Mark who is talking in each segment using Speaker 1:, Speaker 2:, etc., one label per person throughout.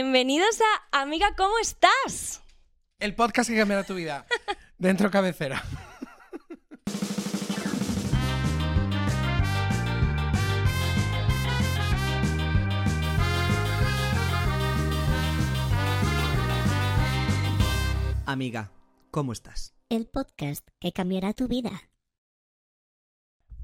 Speaker 1: Bienvenidos a Amiga, ¿cómo estás?
Speaker 2: El podcast que cambiará tu vida. Dentro cabecera.
Speaker 3: Amiga, ¿cómo estás?
Speaker 4: El podcast que cambiará tu vida.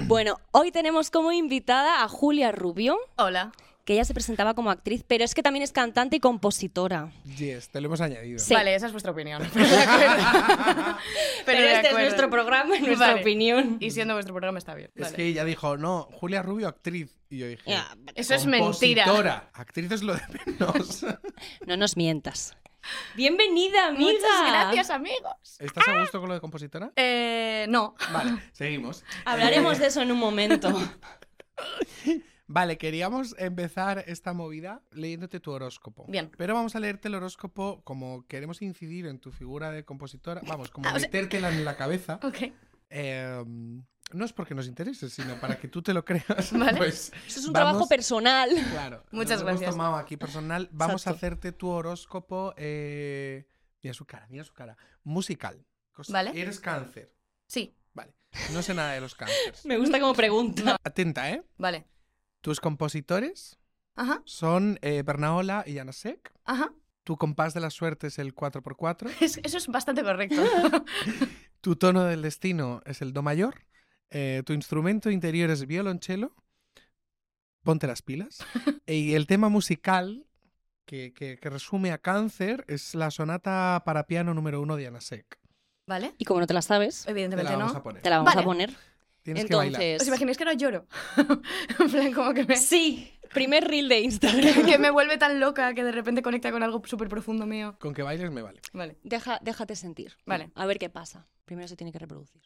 Speaker 1: Bueno, hoy tenemos como invitada a Julia Rubio,
Speaker 5: Hola.
Speaker 1: que ella se presentaba como actriz, pero es que también es cantante y compositora.
Speaker 2: Yes, te lo hemos añadido.
Speaker 1: Sí.
Speaker 5: Vale, esa es vuestra opinión. Pero de acuerdo. Pero de acuerdo.
Speaker 1: este programa y
Speaker 5: nuestra
Speaker 1: opinión.
Speaker 5: Y siendo vuestro programa está bien.
Speaker 2: Es
Speaker 5: vale.
Speaker 2: que ella dijo, no, Julia Rubio, actriz. Y yo dije,
Speaker 1: Ya,
Speaker 5: Eso es mentira.
Speaker 2: "Compositora". Actriz es lo de menos.
Speaker 1: No nos mientas. Bienvenida, amiga.
Speaker 5: Muchas gracias, amigos.
Speaker 2: ¿Estás a gusto con lo de compositora?
Speaker 5: Eh, no.
Speaker 2: Vale, seguimos. Eh,
Speaker 1: Hablaremos de eso en un momento.
Speaker 2: Vale, queríamos empezar esta movida leyéndote tu horóscopo.
Speaker 5: Bien.
Speaker 2: Pero vamos a leerte el horóscopo como queremos incidir en tu figura de compositora. Vamos, como
Speaker 5: Ah, o sea-
Speaker 2: metértela en la cabeza.
Speaker 5: Ok.
Speaker 2: Eh, no es porque nos interese, sino para que tú te lo creas.
Speaker 5: Vale.
Speaker 2: Pues,
Speaker 1: Eso es un
Speaker 2: Vamos.
Speaker 1: trabajo personal.
Speaker 2: claro.
Speaker 5: Muchas
Speaker 2: nos lo hemos
Speaker 5: gracias.
Speaker 2: tomado aquí personal. Vamos a
Speaker 5: Exacto.
Speaker 2: hacerte tu horóscopo. eh, mira su cara, mira su cara. Musical. Cosa-
Speaker 5: Vale.
Speaker 2: Eres cáncer.
Speaker 5: Sí,
Speaker 2: Vale. No sé nada de los cánceres.
Speaker 1: Me gusta como pregunta.
Speaker 2: Atenta, ¿eh?
Speaker 5: vale.
Speaker 2: Tus compositores
Speaker 5: Ajá,
Speaker 2: son eh, Bernaola y Janasek.
Speaker 5: ajá.
Speaker 2: Tu compás de la suerte es el 4x4.
Speaker 5: Es- eso es bastante correcto.
Speaker 2: Tu tono del destino es el do mayor. eh, tu instrumento interior es violonchelo. Ponte las pilas. y el tema musical que, que- que resume a cáncer es la sonata para piano número uno de Anasek.
Speaker 5: ¿Vale?
Speaker 1: Y como no te la sabes,
Speaker 2: Te la
Speaker 5: Evidentemente
Speaker 2: vamos
Speaker 5: no.
Speaker 2: a poner.
Speaker 1: te la vamos
Speaker 5: Vale.
Speaker 1: a poner.
Speaker 2: Tienes que bailar.
Speaker 5: ¿Os
Speaker 1: Entonces,
Speaker 5: imagináis que no lloro? en plan, como que me,
Speaker 1: sí, primer reel de Instagram.
Speaker 5: que me vuelve tan loca que de repente conecta con algo súper profundo mío.
Speaker 2: Con que bailes me vale.
Speaker 5: Vale.
Speaker 1: Deja, déjate sentir.
Speaker 5: Vale.
Speaker 1: A ver qué pasa. Primero se tiene que reproducir.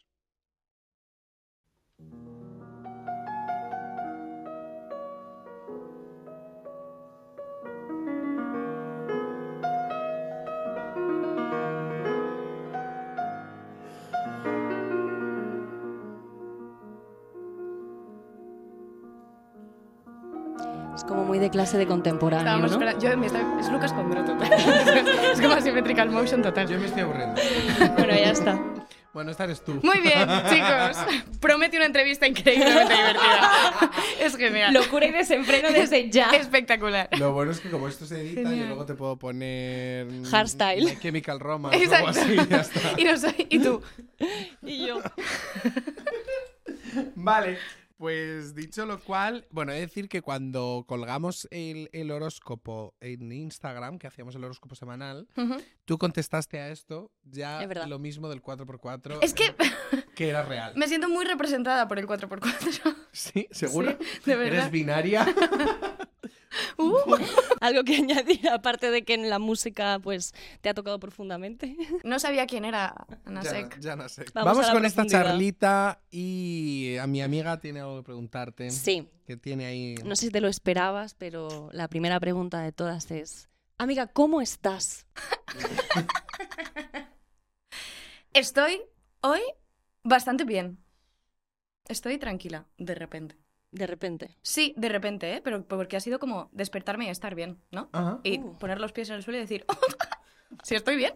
Speaker 1: Es como muy de clase de contemporáneo,
Speaker 5: Estábamos
Speaker 1: ¿no?
Speaker 5: espera- yo me estaba- Es Lucas Condro total. es como asymmetrical motion total.
Speaker 2: Yo me estoy aburriendo.
Speaker 1: Ah. Bueno, ya está.
Speaker 2: Bueno, esta eres tú.
Speaker 5: Muy bien, chicos. Promete una entrevista increíblemente divertida. Es genial.
Speaker 1: Locura y desenfreno desde ya.
Speaker 5: Espectacular.
Speaker 2: Lo bueno es que como esto se edita, yo
Speaker 5: Genial.
Speaker 2: luego te puedo poner... mm,
Speaker 1: Hairstyle.
Speaker 2: My Chemical Romance o algo
Speaker 5: Exacto.
Speaker 2: así. ya está.
Speaker 5: Y, no soy- y tú.
Speaker 1: Y yo.
Speaker 2: Vale. Pues dicho lo cual, bueno, he de decir que cuando colgamos el, el horóscopo en Instagram, que hacíamos el horóscopo semanal,
Speaker 5: Ujú.
Speaker 2: tú contestaste a esto ya
Speaker 1: Es verdad.
Speaker 2: lo mismo del 4x4,
Speaker 5: Es que
Speaker 2: eh, que era real.
Speaker 5: me siento muy representada por el 4x4.
Speaker 2: Sí, seguro.
Speaker 5: Sí, de verdad.
Speaker 2: Eres binaria.
Speaker 5: Uh,
Speaker 1: Algo que añadir, aparte de que en la música pues te ha tocado profundamente.
Speaker 5: no sabía quién era Anasek.
Speaker 2: Ya, ya no sé.
Speaker 1: Vamos
Speaker 2: Vamos,
Speaker 1: a la
Speaker 2: con esta
Speaker 1: profundidad.
Speaker 2: charlita y a mi amiga tiene algo que preguntarte.
Speaker 1: Sí,
Speaker 2: Que tiene ahí...
Speaker 1: no sé si te lo esperabas, pero la primera pregunta de todas es, amiga, ¿cómo estás?
Speaker 5: Estoy hoy bastante bien. Estoy tranquila, de repente.
Speaker 1: De repente.
Speaker 5: Sí, de repente, ¿eh? Pero porque ha sido como despertarme y estar bien, ¿no?
Speaker 2: Ajá.
Speaker 5: Y
Speaker 1: Uh.
Speaker 5: poner los pies en el suelo y decir, si estoy bien.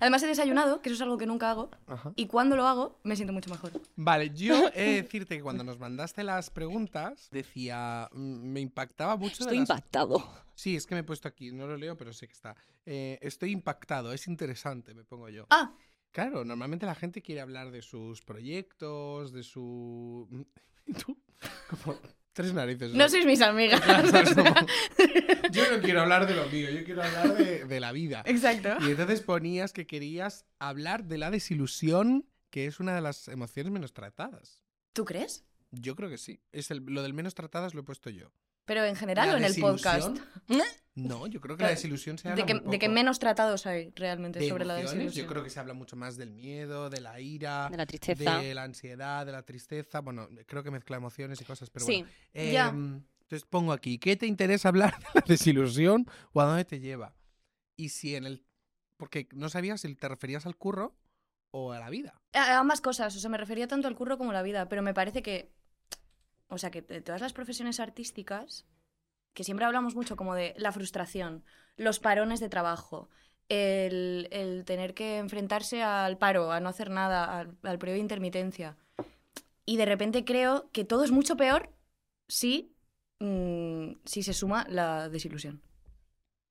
Speaker 5: Además he desayunado, que eso es algo que nunca hago.
Speaker 2: Ajá.
Speaker 5: Y cuando lo hago, me siento mucho mejor.
Speaker 2: Vale, yo he de decirte que cuando nos mandaste las preguntas, decía, mm, me impactaba mucho. de
Speaker 1: Estoy
Speaker 2: las-
Speaker 1: impactado.
Speaker 2: Sí, es que me he puesto aquí, no lo leo, pero sé que está. Eh, estoy impactado, es interesante, me pongo yo.
Speaker 5: Ah,
Speaker 2: Claro, normalmente la gente quiere hablar de sus proyectos, de su... mm, ¿Y tú? Como tres narices.
Speaker 5: no sois mis amigas.
Speaker 2: Claro, es como, Yo no quiero hablar de lo mío, yo quiero hablar de, de la vida.
Speaker 5: Exacto.
Speaker 2: Y entonces ponías que querías hablar de la desilusión, que es una de las emociones menos tratadas.
Speaker 5: ¿Tú crees?
Speaker 2: Yo creo que sí. Es el- lo del menos tratadas lo he puesto yo.
Speaker 5: Pero en general
Speaker 2: ¿La
Speaker 5: o en el podcast.
Speaker 2: desilusión? No, yo creo que la
Speaker 5: Claro,
Speaker 2: desilusión se habla
Speaker 5: De que,
Speaker 2: muy poco.
Speaker 5: de que menos tratados hay realmente
Speaker 2: De
Speaker 5: sobre la
Speaker 2: emociones,
Speaker 5: desilusión.
Speaker 2: Yo creo que se habla mucho más del miedo, de la ira,
Speaker 1: De la tristeza.
Speaker 2: Ah, de la ansiedad, de la tristeza. Bueno, creo que mezcla emociones y cosas, pero
Speaker 1: sí,
Speaker 2: bueno. Eh,
Speaker 5: ya.
Speaker 2: Entonces pongo aquí, ¿qué te interesa hablar de la desilusión o a dónde te lleva? Y si en el... Porque no sabías si te referías al curro o a la vida.
Speaker 5: A- ambas cosas, o sea, me refería tanto al curro como a la vida, pero me parece que. O sea, que de todas las profesiones artísticas, que siempre hablamos mucho como de la frustración, los parones de trabajo, el, el tener que enfrentarse al paro, a no hacer nada, al, al periodo de intermitencia. Y de repente creo que todo es mucho peor si, mm, si se suma la desilusión.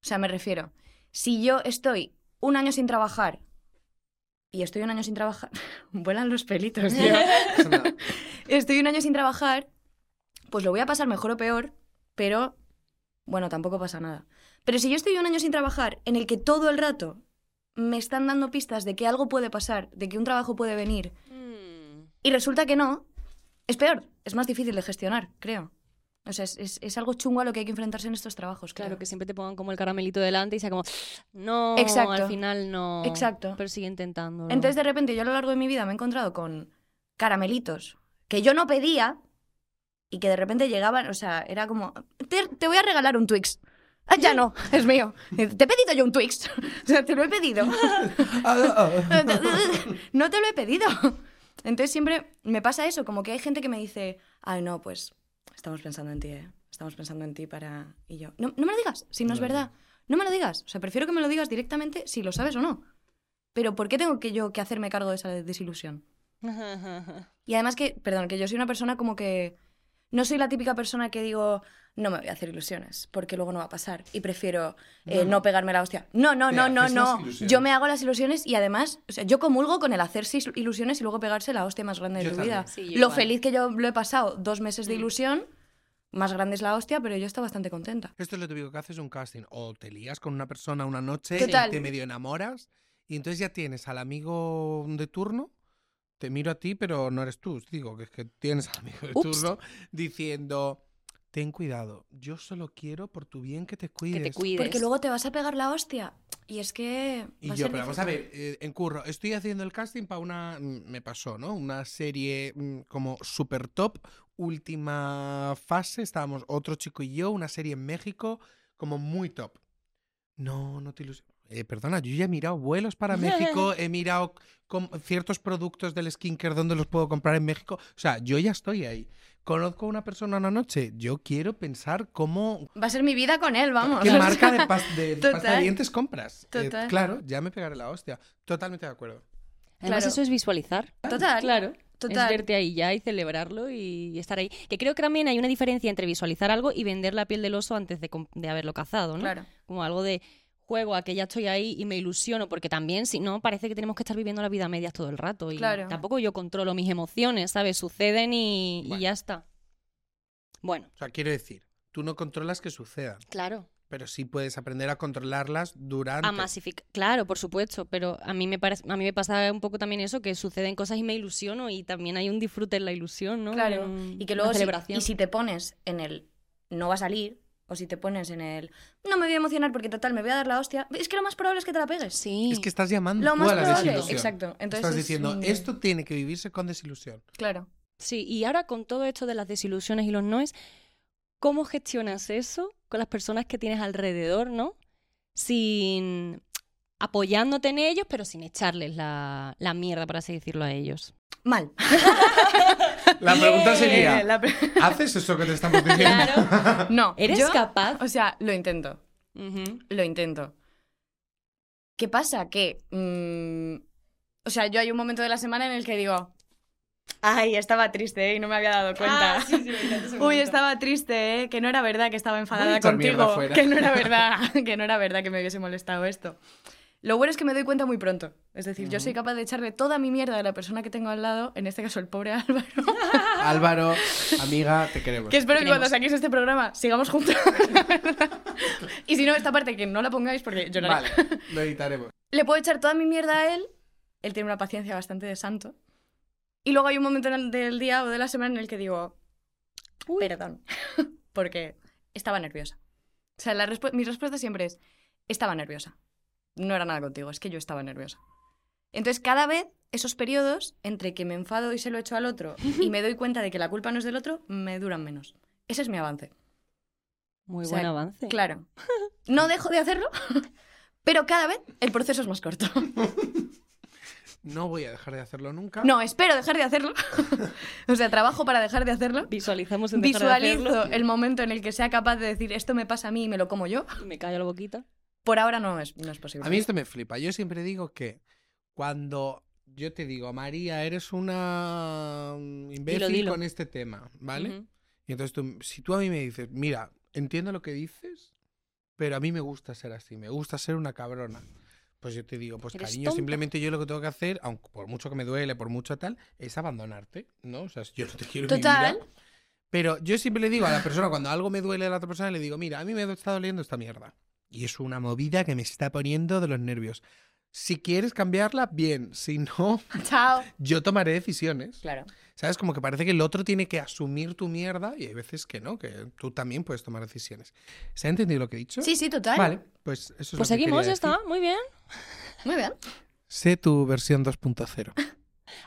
Speaker 5: O sea, me refiero, si yo estoy un año sin trabajar y estoy un año sin trabajar, vuelan los pelitos, tío.
Speaker 2: Es una-
Speaker 5: estoy un año sin trabajar, pues lo voy a pasar mejor o peor, pero bueno, tampoco pasa nada. Pero si yo estoy un año sin trabajar en el que todo el rato me están dando pistas de que algo puede pasar, de que un trabajo puede venir,
Speaker 1: Mm.
Speaker 5: y resulta que no, es peor, es más difícil de gestionar, creo. O sea, es, es- es algo chungo a lo que hay que enfrentarse en estos trabajos.
Speaker 1: Claro,
Speaker 5: creo.
Speaker 1: que siempre te pongan como el caramelito delante y sea como, no,
Speaker 5: Exacto.
Speaker 1: al final no.
Speaker 5: Exacto.
Speaker 1: Pero sigue intentando.
Speaker 5: Entonces, de repente, yo a lo largo de mi vida me he encontrado con caramelitos que yo no pedía y que de repente llegaban, o sea, era como, te, te voy a regalar un Twix. "Ah, ya no, es mío. Te he pedido yo un Twix. O sea, te lo he pedido.
Speaker 2: Ah,
Speaker 5: no te lo he pedido. Entonces siempre me pasa eso, como que hay gente que me dice, ay no, pues estamos pensando en ti, ¿eh? estamos pensando en ti para... Y yo, no, no me lo digas, si no es verdad, no me lo digas. O sea, prefiero que me lo digas directamente si lo sabes o no. Pero ¿por qué tengo que yo que hacerme cargo de esa desilusión? Y además que, perdón, que yo soy una persona como que... No soy la típica persona que digo, no me voy a hacer ilusiones, porque luego no va a pasar. Y prefiero eh, no, pegarme la hostia. No, no,
Speaker 2: Te
Speaker 5: no, no,
Speaker 2: haces las
Speaker 5: no.
Speaker 2: ilusiones.
Speaker 5: Yo me hago las ilusiones y además, o sea, yo comulgo con el hacerse is- ilusiones y luego pegarse la hostia más grande de
Speaker 2: Yo Mm.
Speaker 5: tu
Speaker 2: también.
Speaker 5: vida.
Speaker 1: Sí, yo
Speaker 5: lo
Speaker 1: igual.
Speaker 5: feliz que yo lo he pasado, dos meses de ilusión, más grande es la hostia, pero yo estoy bastante contenta.
Speaker 2: Esto es lo típico que haces un casting. O te lías con una persona una noche
Speaker 5: Total.
Speaker 2: y te medio enamoras. Y entonces ya tienes al amigo de turno. Te miro a ti, pero no eres tú. Digo que es que tienes al amigo de
Speaker 1: Ups.
Speaker 2: turno diciendo: Ten cuidado, yo solo quiero por tu bien que te
Speaker 1: que
Speaker 2: cuides.
Speaker 1: te cuides.
Speaker 5: Porque luego te vas a pegar la hostia. Y es que...
Speaker 2: Y
Speaker 5: va a
Speaker 2: yo,
Speaker 5: ser
Speaker 2: pero vamos a
Speaker 5: difícil.
Speaker 2: ver, eh, en curro, estoy haciendo el casting para una, mm, me pasó, ¿no? Una serie mm, como super top, última fase, estábamos otro chico y yo, una serie en México, como muy top. No, no te ilusiones. Eh, perdona, yo ya he mirado vuelos para México, he mirado com- ciertos productos del skincare donde los puedo comprar en México. O sea, yo ya estoy ahí. Conozco a una persona una noche, yo quiero pensar cómo,
Speaker 5: Va a ser mi vida con él, vamos.
Speaker 2: ¿Qué
Speaker 5: O sea,
Speaker 2: marca de, pas- de pasta de
Speaker 5: Total.
Speaker 2: dientes compras? Eh,
Speaker 5: Total.
Speaker 2: claro, ya me pegaré la hostia. Totalmente de acuerdo.
Speaker 1: Además,
Speaker 5: Claro.
Speaker 1: eso es visualizar.
Speaker 5: Total.
Speaker 1: Claro.
Speaker 5: Total.
Speaker 1: Es verte ahí ya y celebrarlo y estar ahí. Que creo que también hay una diferencia entre visualizar algo y vender la piel del oso antes de, com- de haberlo cazado, ¿no?
Speaker 5: Claro.
Speaker 1: Como algo de juego a que ya estoy ahí y me ilusiono, porque también, si no, parece que tenemos que estar viviendo la vida a medias todo el rato. Y
Speaker 5: Claro.
Speaker 1: tampoco yo controlo mis emociones, ¿sabes? Suceden y, y
Speaker 2: Bueno.
Speaker 1: ya está. Bueno,
Speaker 2: O sea, quiero decir, tú no controlas que sucedan,
Speaker 1: claro.
Speaker 2: pero sí puedes aprender a controlarlas durante.
Speaker 1: A masific- Claro, por supuesto, pero a mí me parece, a mí me pasa un poco también eso que suceden cosas y me ilusiono y también hay un disfrute en la ilusión, ¿no?
Speaker 5: Claro.
Speaker 1: Un-
Speaker 5: y que
Speaker 1: una
Speaker 5: luego, si,
Speaker 1: celebración.
Speaker 5: y si te pones en el no va a salir, o si te pones en el no me voy a emocionar porque total me voy a dar la hostia, es que lo más probable es que te la pegues.
Speaker 1: Sí.
Speaker 2: Es que estás llamando
Speaker 5: Lo
Speaker 2: tú
Speaker 5: más
Speaker 2: a la
Speaker 5: probable.
Speaker 2: desilusión.
Speaker 5: Exacto. Entonces mm,
Speaker 2: estás
Speaker 5: es
Speaker 2: diciendo,
Speaker 5: un-
Speaker 2: esto tiene que vivirse con desilusión.
Speaker 5: Claro.
Speaker 1: Sí, y ahora con todo esto de las desilusiones y los noes, ¿cómo gestionas eso con las personas que tienes alrededor, no? Sin apoyándote en ellos, pero sin echarles la, la mierda, por así decirlo, a ellos.
Speaker 5: Mal.
Speaker 2: La pregunta
Speaker 5: Eh,
Speaker 2: sería,
Speaker 5: la pre-
Speaker 2: ¿haces eso que te estamos diciendo?
Speaker 5: no.
Speaker 1: ¿Eres
Speaker 5: yo-
Speaker 1: capaz?
Speaker 5: O sea, lo intento.
Speaker 1: Ujú.
Speaker 5: Lo intento. ¿Qué pasa? Que. mm, o sea, yo hay un momento de la semana en el que digo. Ay, estaba triste ¿eh? y no me había dado cuenta. Uy, estaba triste, ¿eh? que no era verdad que estaba enfadada
Speaker 2: Voy a echar mierda
Speaker 5: contigo,
Speaker 2: fuera.
Speaker 5: que no era verdad, que no era verdad que me hubiese molestado esto. Lo bueno es que me doy cuenta muy pronto. Es decir, yo soy capaz de echarle toda mi mierda a la persona que tengo al lado, en este caso el pobre Álvaro,
Speaker 2: Álvaro, amiga, te queremos.
Speaker 5: que espero que
Speaker 1: Tenemos.
Speaker 5: cuando saquéis este programa sigamos juntos. y si no, esta parte que no la pongáis porque lloraré.
Speaker 2: Vale, lo editaremos.
Speaker 5: Le puedo echar toda mi mierda a él, él tiene una paciencia bastante de santo. Y luego hay un momento en el- del día o de la semana en el que digo, perdón, porque estaba nerviosa. O sea, la respu- mi respuesta siempre es, estaba nerviosa. No era nada contigo, es que yo estaba nerviosa. Entonces, cada vez esos periodos entre que me enfado y se lo echo al otro y me doy cuenta de que la culpa no es del otro, me duran menos. Ese es mi avance.
Speaker 1: Muy
Speaker 5: O sea,
Speaker 1: buen avance.
Speaker 5: Claro. No dejo de hacerlo, pero cada vez el proceso es más corto.
Speaker 2: No voy a dejar de hacerlo nunca.
Speaker 5: No, espero dejar de hacerlo. o sea, trabajo para dejar de hacerlo.
Speaker 1: Visualizamos en dejar de
Speaker 5: Visualizo
Speaker 1: hacerlo.
Speaker 5: el momento en el que sea capaz de decir esto me pasa a mí y me lo como yo.
Speaker 1: Y me callo la boquita.
Speaker 5: Por ahora no es, no es posible.
Speaker 2: A mí esto me flipa. Yo siempre digo que cuando yo te digo, María, eres una mm, imbécil
Speaker 1: dilo.
Speaker 2: con este tema, ¿vale?
Speaker 1: Ujú.
Speaker 2: Y entonces tú, si tú a mí me dices, mira, entiendo lo que dices, pero a mí me gusta ser así, me gusta ser una cabrona. Pues yo te digo, pues
Speaker 1: Eres
Speaker 2: cariño,
Speaker 1: tonta.
Speaker 2: simplemente yo lo que tengo que hacer, aunque por mucho que me duele, por mucho tal, es abandonarte, ¿no? O sea, yo no te quiero en mi vida.
Speaker 5: Total.
Speaker 2: Pero yo siempre le digo a la persona, cuando algo me duele a la otra persona, le digo, mira, a mí me está doliendo esta mierda. Y es una movida que me está poniendo de los nervios. Si quieres cambiarla, bien. Si no,
Speaker 5: Chao.
Speaker 2: yo tomaré decisiones.
Speaker 5: Claro.
Speaker 2: ¿Sabes? Como que parece que el otro tiene que asumir tu mierda y hay veces que no, que tú también puedes tomar decisiones. ¿Se ha entendido lo que he dicho?
Speaker 5: Sí, sí, total.
Speaker 2: Vale, pues eso es lo
Speaker 1: Pues
Speaker 2: que
Speaker 1: seguimos,
Speaker 2: quería
Speaker 1: ya
Speaker 2: decir.
Speaker 1: está. Muy bien.
Speaker 5: Muy bien.
Speaker 2: Sé tu versión 2.0.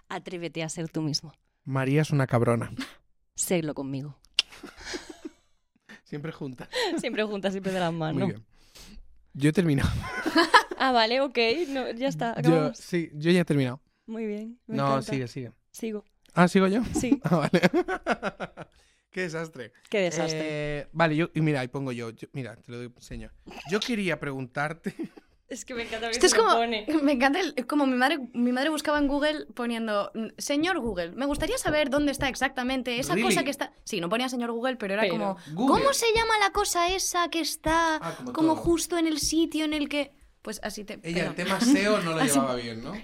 Speaker 1: Atrévete a ser tú mismo.
Speaker 2: María es una cabrona.
Speaker 1: Sélo conmigo.
Speaker 2: Siempre junta.
Speaker 1: Siempre juntas, siempre de las
Speaker 2: Muy
Speaker 1: manos.
Speaker 2: bien. Yo he terminado.
Speaker 1: Ah, vale, ok. no, ya está.
Speaker 2: Yo,
Speaker 1: Acabamos.
Speaker 2: sí, yo ya he terminado.
Speaker 1: Muy bien. me
Speaker 2: no,
Speaker 1: encanta.
Speaker 2: sigue, sigue.
Speaker 1: Sigo.
Speaker 2: Ah, ¿sigo yo?
Speaker 1: Sí.
Speaker 2: Ah, vale. Qué desastre.
Speaker 1: Qué desastre.
Speaker 2: Eh, vale, yo, y mira, ahí pongo yo, Yo- Mira, te lo doy, enseño. Yo quería preguntarte.
Speaker 1: Es que me encanta ver
Speaker 5: Esto es
Speaker 1: se lo
Speaker 5: como,
Speaker 1: pone.
Speaker 5: me encanta, el- es como mi madre, mi madre buscaba en Google poniendo, mm, señor Google, me gustaría saber dónde está exactamente esa
Speaker 2: Really?
Speaker 5: cosa que está... Sí, no ponía señor Google, pero era
Speaker 1: Pero,
Speaker 5: como,
Speaker 2: Google.
Speaker 5: ¿cómo se llama la cosa esa que está
Speaker 2: Ah, como
Speaker 5: como
Speaker 2: todo.
Speaker 5: justo en el sitio en el que... Pues así te...
Speaker 2: Ella, el
Speaker 5: perdón.
Speaker 2: tema SEO no lo llevaba bien, ¿no?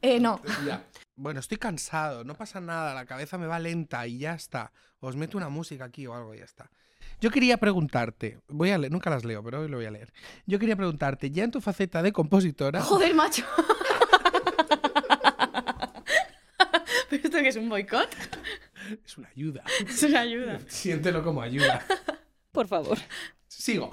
Speaker 5: Eh, no,
Speaker 2: Ya. Bueno, estoy cansado, no pasa nada, la cabeza me va lenta y ya está. Os meto una música aquí o algo y ya está. Yo quería preguntarte, voy a leer, nunca las leo, pero hoy lo voy a leer. Yo quería preguntarte, ya en tu faceta de compositora,
Speaker 5: joder, macho. ¿Pero esto que es un boicot?
Speaker 2: es una ayuda.
Speaker 5: Es una ayuda.
Speaker 2: Siéntelo como ayuda.
Speaker 1: Por favor.
Speaker 2: Sigo.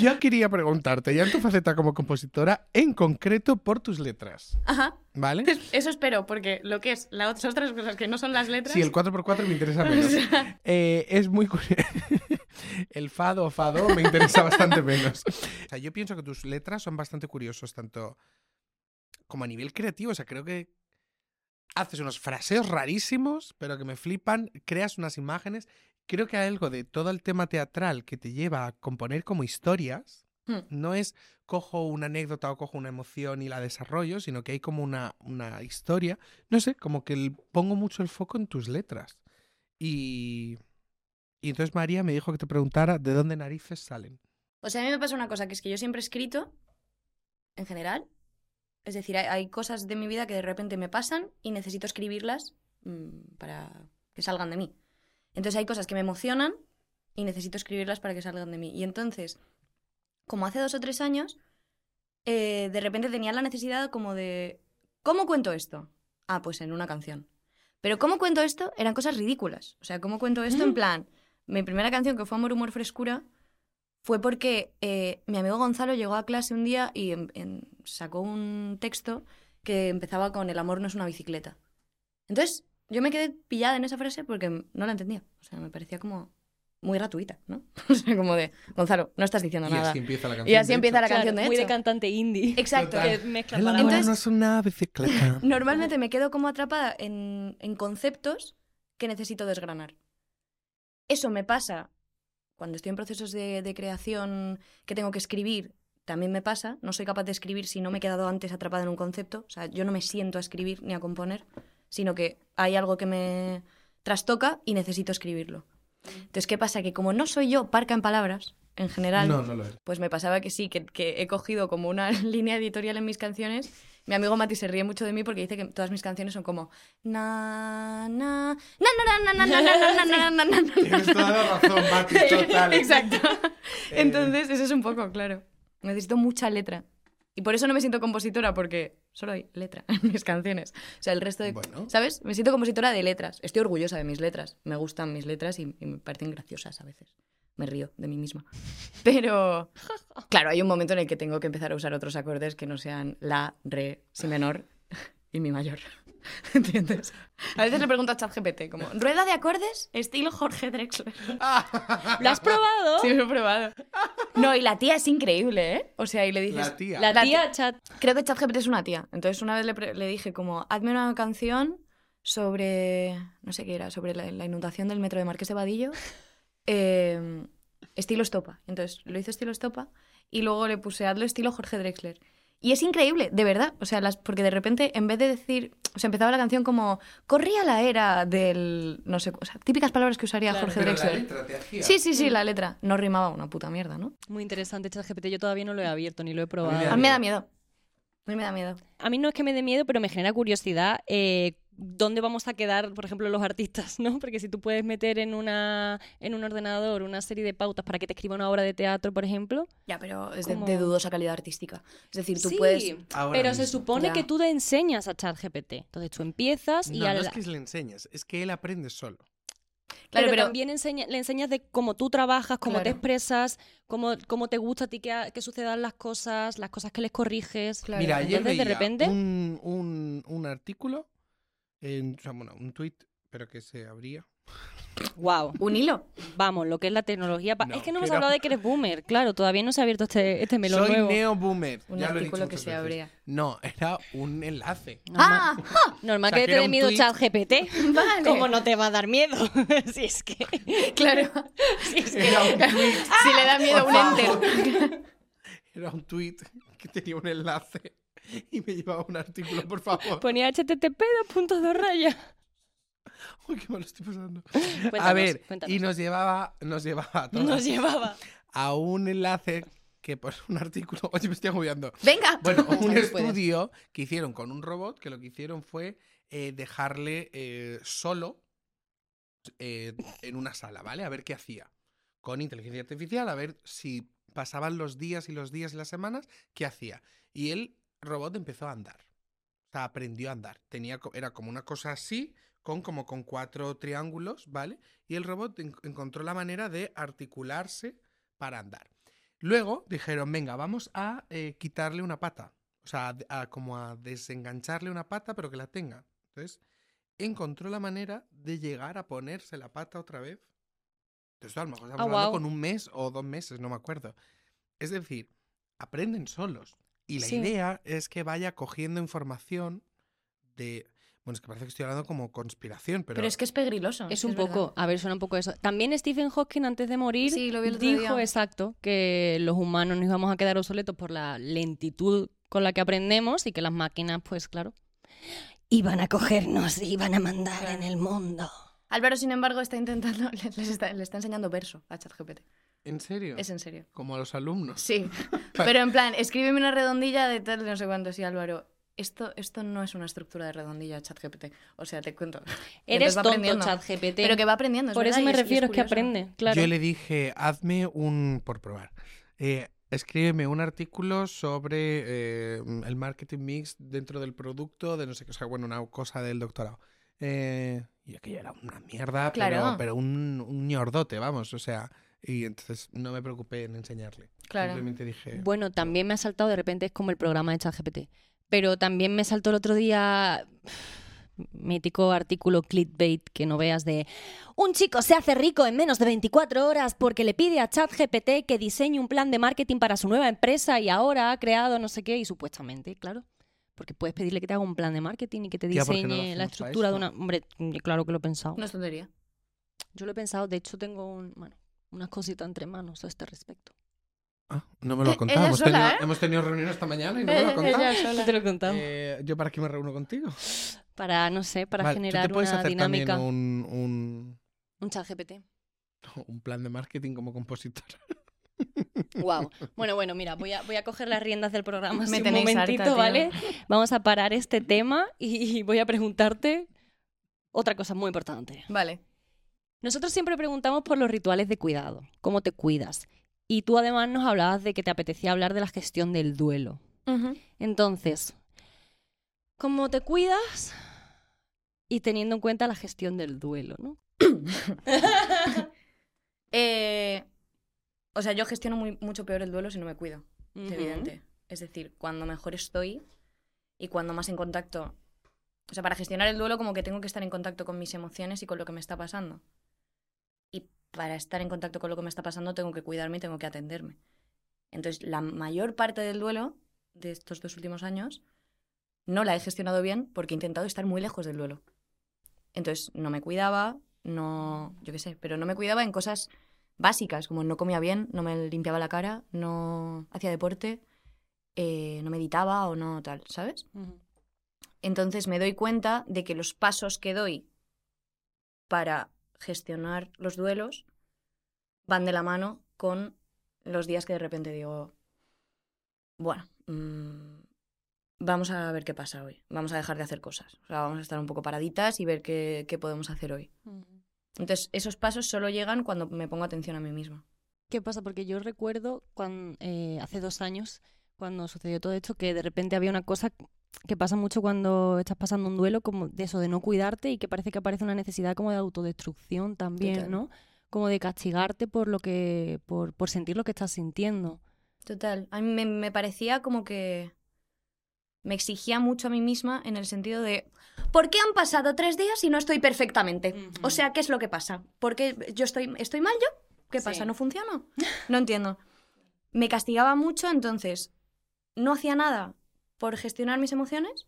Speaker 2: Yo quería preguntarte, ya en tu faceta como compositora, en concreto por tus letras,
Speaker 5: Ajá.
Speaker 2: ¿vale?
Speaker 5: Eso espero, porque lo que es las otras cosas que no son las letras...
Speaker 2: Sí, el 4x4 me interesa menos. Eh, es muy curioso. el fado o fado me interesa bastante menos. O sea, yo pienso que tus letras son bastante curiosos, tanto como a nivel creativo. O sea, creo que haces unos fraseos rarísimos, pero que me flipan, creas unas imágenes. Creo que hay algo de todo el tema teatral que te lleva a componer como historias.
Speaker 5: Hmm.
Speaker 2: No es cojo una anécdota o cojo una emoción y la desarrollo, sino que hay como una, una historia. No sé, como que el- pongo mucho el foco en tus letras. Y, y entonces María me dijo que te preguntara de dónde narices salen.
Speaker 5: O sea, a mí me pasa una cosa, que es que yo siempre he escrito, en general. Es decir, hay, hay cosas de mi vida que de repente me pasan y necesito escribirlas mm, para que salgan de mí. Entonces hay cosas que me emocionan y necesito escribirlas para que salgan de mí. Y entonces, como hace dos o tres años, eh, de repente tenía la necesidad como de... ¿Cómo cuento esto? Ah, pues en una canción. Pero ¿cómo cuento esto? Eran cosas ridículas. O sea, ¿cómo cuento esto? En plan, mi primera canción que fue Amor, Humor, Frescura fue porque eh, mi amigo Gonzalo llegó a clase un día y em- em- sacó un texto que empezaba con el amor no es una bicicleta. Entonces, yo me quedé pillada en esa frase porque no la entendía. O sea, me parecía como muy gratuita, ¿no? O sea, como de, Gonzalo, no estás diciendo nada.
Speaker 2: empieza la
Speaker 5: y así empieza la
Speaker 1: Claro,
Speaker 5: canción, de
Speaker 1: muy de
Speaker 5: hecho.
Speaker 1: cantante indie.
Speaker 5: Exacto.
Speaker 2: Total.
Speaker 1: Eh, Que mezcla
Speaker 2: El amor
Speaker 1: palabras.
Speaker 2: no es una bicicleta.
Speaker 5: Normalmente me quedo como atrapada en, en conceptos que necesito desgranar. Eso me pasa cuando estoy en procesos de, de creación que tengo que escribir. También me pasa, no soy capaz de escribir si no me he quedado antes atrapada en un concepto. O sea, yo no me siento a escribir ni a componer, sino que hay algo que me trastoca y necesito escribirlo.
Speaker 2: Mm.
Speaker 5: Entonces, ¿qué pasa? Que como no soy yo parca en palabras, en general,
Speaker 2: No, no lo es.
Speaker 5: pues me pasaba que sí, que, que he cogido como una línea editorial en mis canciones. Mi amigo Mati se ríe mucho de mí porque dice que todas mis canciones son como na na na na na na na na na na na na na na
Speaker 2: Tienes toda la razón, Mati, total.
Speaker 5: Exacto.
Speaker 2: Eh.
Speaker 5: Entonces, eso es un poco, claro. Necesito mucha letra. Y por eso no me siento compositora, porque solo hay letra en mis canciones. O sea, el resto de...
Speaker 2: Bueno.
Speaker 5: ¿Sabes? Me siento compositora de letras. Estoy orgullosa de mis letras. Me gustan mis letras y, y me parecen graciosas a veces. Me río de mí misma. Pero, claro, hay un momento en el que tengo que empezar a usar otros acordes que no sean la, re, si menor y mi mayor. ¿Entiendes? A veces le pregunto a ChatGPT, como, rueda de acordes, estilo Jorge Drexler.
Speaker 2: Ah,
Speaker 1: ¿Lo has probado?
Speaker 5: Sí, lo he probado. No, y la tía es increíble, ¿eh? O sea, y le dices.
Speaker 2: La tía.
Speaker 1: La
Speaker 5: La
Speaker 1: tía chat.
Speaker 5: Creo que ChatGPT es una tía. Entonces una vez le, pre- le dije como, hazme una canción sobre, no sé qué era, sobre la, la inundación del metro de Marqués de Vadillo, eh, estilo estopa. Entonces lo hizo estilo estopa y luego le puse, hazlo estilo Jorge Drexler. Y es increíble, de verdad. O sea, las, porque de repente, en vez de decir, o sea, empezaba la canción como, corría la era del, no sé, o sea, típicas palabras que usaría
Speaker 1: Claro.
Speaker 5: Jorge Drexler.
Speaker 2: letra te hacía.
Speaker 5: Sí, sí, sí, la letra. No rimaba una puta mierda, ¿no?
Speaker 1: Muy interesante ChatGPT. Yo todavía no lo he abierto ni lo he probado.
Speaker 2: da
Speaker 5: A mí me da miedo. A mí me da miedo.
Speaker 1: A mí no es que me dé miedo, pero me genera curiosidad eh, dónde vamos a quedar, por ejemplo, los artistas, ¿no? Porque si tú puedes meter en, una, en un ordenador una serie de pautas para que te escriba una obra de teatro, por ejemplo,
Speaker 5: Ya, pero es de,
Speaker 1: Como-
Speaker 5: de dudosa calidad artística. Es decir, tú
Speaker 1: Sí,
Speaker 5: puedes.
Speaker 2: Ahora
Speaker 1: pero se
Speaker 2: mismo.
Speaker 1: supone
Speaker 5: Ya.
Speaker 1: que tú le enseñas a ChatGPT. Entonces tú empiezas y
Speaker 2: No,
Speaker 1: al-
Speaker 2: no es que le enseñes, es que él aprende solo.
Speaker 5: Claro,
Speaker 1: pero,
Speaker 5: pero-
Speaker 1: también enseña- le enseñas de cómo tú trabajas, cómo te
Speaker 5: Claro.
Speaker 1: expresas, cómo, cómo te gusta a ti que, ha- que sucedan las cosas, las cosas que les corriges.
Speaker 5: Claro.
Speaker 2: Mira, ayer
Speaker 1: Entonces, de
Speaker 2: veía
Speaker 1: repente-
Speaker 2: un, un, un artículo, en, o sea, bueno, un tweet, pero que se abría.
Speaker 1: Wow.
Speaker 5: Un hilo.
Speaker 1: Vamos, lo que es la tecnología. pa-
Speaker 2: No,
Speaker 1: es que no hemos
Speaker 2: pero-
Speaker 1: hablado de que eres boomer, claro, todavía no se ha abierto este, este melón
Speaker 2: Soy
Speaker 1: nuevo.
Speaker 2: neo boomer.
Speaker 5: Un
Speaker 2: ya lo he
Speaker 5: artículo
Speaker 2: dicho
Speaker 5: que
Speaker 2: muchas
Speaker 5: se
Speaker 2: veces.
Speaker 5: abría.
Speaker 2: No, era un enlace.
Speaker 1: Normal,
Speaker 5: ¡Ah!
Speaker 1: normal
Speaker 2: O sea,
Speaker 1: que
Speaker 2: que
Speaker 1: te
Speaker 2: era
Speaker 1: dé
Speaker 2: un
Speaker 1: miedo
Speaker 2: tuit.
Speaker 1: ChatGPT.
Speaker 5: Vale.
Speaker 1: ¿Cómo no te va a dar miedo? si es que.
Speaker 5: Claro.
Speaker 1: si es que-
Speaker 2: Era un,
Speaker 5: Si le da miedo a un enter.
Speaker 2: era un tweet que tenía un enlace y me llevaba un artículo, por favor.
Speaker 1: Ponía http dos puntos dos rayas.
Speaker 2: Uy, qué mal estoy pasando. a
Speaker 1: Cuéntanos,
Speaker 2: ver,
Speaker 1: cuéntanos.
Speaker 2: y nos llevaba, nos llevaba a, todas
Speaker 1: Nos llevaba.
Speaker 2: a un enlace que por un artículo. Oye, me estoy agobiando.
Speaker 5: Venga.
Speaker 2: Bueno, un
Speaker 5: Puedes.
Speaker 2: estudio que hicieron con un robot que lo que hicieron fue eh, dejarle eh, solo eh, en una sala, ¿vale? A ver qué hacía. Con inteligencia artificial, a ver si pasaban los días y los días y las semanas, qué hacía. Y el robot empezó a andar. O sea, aprendió a andar. Tenía, co- era como una cosa así, con como con cuatro triángulos, ¿vale? Y el robot en- encontró la manera de articularse para andar. Luego dijeron, venga, vamos a eh, quitarle una pata. O sea, a- a- como a desengancharle una pata, pero que la tenga. Entonces, encontró la manera de llegar a ponerse la pata otra vez. Entonces, a lo mejor estamos
Speaker 1: Ah,
Speaker 2: hablando
Speaker 1: guau.
Speaker 2: con un mes o dos meses, no me acuerdo. Es decir, aprenden solos. Y la
Speaker 1: Sí.
Speaker 2: idea es que vaya cogiendo información de... Bueno, es que parece que estoy hablando como conspiración, pero...
Speaker 5: Pero es que Ah, es pegriloso.
Speaker 1: Es un poco, a ver, suena un poco eso. También Stephen Hawking antes de morir
Speaker 5: Sí, lo vi el otro
Speaker 1: dijo
Speaker 5: día.
Speaker 1: exacto que los humanos nos íbamos a quedar obsoletos por la lentitud con la que aprendemos y que las máquinas, pues claro, iban a cogernos y iban a mandar en el mundo.
Speaker 5: Álvaro, sin embargo, está intentando. Les está, le está enseñando verso a ChatGPT.
Speaker 2: ¿En serio?
Speaker 5: Es en serio.
Speaker 2: Como a los alumnos.
Speaker 5: Sí. Pero en plan, escríbeme una redondilla de tal, no sé cuánto. Sí, Álvaro. Esto, esto no es una estructura de redondilla, ChatGPT. O sea, te cuento. Y
Speaker 1: Eres
Speaker 5: entonces va
Speaker 1: tonto,
Speaker 5: aprendiendo.
Speaker 1: ChatGPT.
Speaker 5: Pero que va aprendiendo. es
Speaker 1: Por eso
Speaker 5: verdad, y
Speaker 1: me
Speaker 5: es- y
Speaker 1: refiero, es, que
Speaker 5: curioso.
Speaker 1: aprende, claro.
Speaker 2: Yo le dije, hazme un... por probar. eh, escríbeme un artículo sobre eh, el marketing mix dentro del producto, de no sé qué, o sea, bueno, una cosa del doctorado. Eh, y aquello era una mierda,
Speaker 5: Claro.
Speaker 2: pero, pero un, un ñordote, vamos, o sea... Y entonces no me preocupé en enseñarle.
Speaker 5: Claro.
Speaker 2: Simplemente dije...
Speaker 1: Bueno, también me ha saltado de repente, es como el programa de ChatGPT. Pero también me saltó el otro día mítico artículo clickbait que no veas de un chico se hace rico en menos de 24 horas porque le pide a ChatGPT que diseñe un plan de marketing para su nueva empresa y ahora ha creado no sé qué y supuestamente, claro. Porque puedes pedirle que te haga un plan de marketing y que te
Speaker 2: Tía, ¿por qué
Speaker 1: diseñe la
Speaker 2: no lo hacemos para
Speaker 1: estructura de una...
Speaker 2: esto?
Speaker 1: Hombre, claro que lo he pensado.
Speaker 5: No es tontería.
Speaker 1: Yo lo he pensado, de hecho tengo un, bueno, unas cositas entre manos a este respecto.
Speaker 2: Ah, no me lo ha
Speaker 5: Eh,
Speaker 2: contado.
Speaker 5: ella
Speaker 2: Hemos,
Speaker 5: sola,
Speaker 2: tenido,
Speaker 5: ¿eh?
Speaker 2: hemos tenido reunión esta mañana y no me lo ha contado.
Speaker 5: Ella sola.
Speaker 1: Te lo contamos.
Speaker 2: Eh, ¿Yo para qué me reúno contigo?
Speaker 1: Para, no sé, para
Speaker 2: Vale,
Speaker 1: generar
Speaker 2: ¿Tú te puedes
Speaker 1: una
Speaker 2: hacer
Speaker 1: dinámica.
Speaker 2: también un, un,
Speaker 1: Un chat GPT.
Speaker 2: un plan de marketing como compositor?
Speaker 1: Wow. Bueno, bueno, mira, voy a, voy a coger las riendas del programa
Speaker 5: Me
Speaker 1: así un
Speaker 5: tenéis
Speaker 1: momentito,
Speaker 5: harta, tío.
Speaker 1: ¿vale? Vamos a parar este tema y, y voy a preguntarte otra cosa muy importante.
Speaker 5: Vale.
Speaker 1: Nosotros siempre preguntamos por los rituales de cuidado, cómo te cuidas. Y tú además nos hablabas de que te apetecía hablar de la gestión del duelo. Entonces, ¿cómo te cuidas? Y teniendo en cuenta la gestión del duelo, ¿no?
Speaker 5: Eh, o sea, yo gestiono muy- mucho peor el duelo si no me cuido, es
Speaker 1: Ujú.
Speaker 5: evidente. Es decir, cuando mejor estoy y cuando más en contacto O sea, para gestionar el duelo como que tengo que estar en contacto con mis emociones y con lo que me está pasando. Y para estar en contacto con lo que me está pasando tengo que cuidarme y tengo que atenderme. Entonces, la mayor parte del duelo de estos dos últimos años no la he gestionado bien porque he intentado estar muy lejos del duelo. Entonces, no me cuidaba, no, yo qué sé, pero no me cuidaba en cosas básicas, como no comía bien, no me limpiaba la cara, no hacía deporte, eh, no meditaba o no tal, ¿sabes?
Speaker 1: Ujú.
Speaker 5: Entonces me doy cuenta de que los pasos que doy para gestionar los duelos van de la mano con los días que de repente digo, bueno, mm, vamos a ver qué pasa hoy, vamos a dejar de hacer cosas, o sea, vamos a estar un poco paraditas y ver qué, qué podemos hacer hoy.
Speaker 1: Ujú.
Speaker 5: Entonces esos pasos solo llegan cuando me pongo atención a mí misma.
Speaker 1: ¿Qué pasa? Porque yo recuerdo cuando, hace dos años, cuando sucedió todo esto, que de repente había una cosa que pasa mucho cuando estás pasando un duelo, como de eso, de no cuidarte y que parece que aparece una necesidad como de autodestrucción también,
Speaker 5: Total.
Speaker 1: ¿no? Como de castigarte por lo que, por, por sentir lo que estás sintiendo.
Speaker 5: Total, a mí me, me parecía como que me exigía mucho a mí misma en el sentido de, ¿por qué han pasado tres días y no estoy perfectamente?
Speaker 1: Ujú.
Speaker 5: O sea, ¿qué es lo que pasa? ¿Por qué yo estoy, estoy mal yo? ¿Qué
Speaker 1: Sí.
Speaker 5: pasa? ¿No funciona? No entiendo. Me castigaba mucho, entonces no hacía nada por gestionar mis emociones.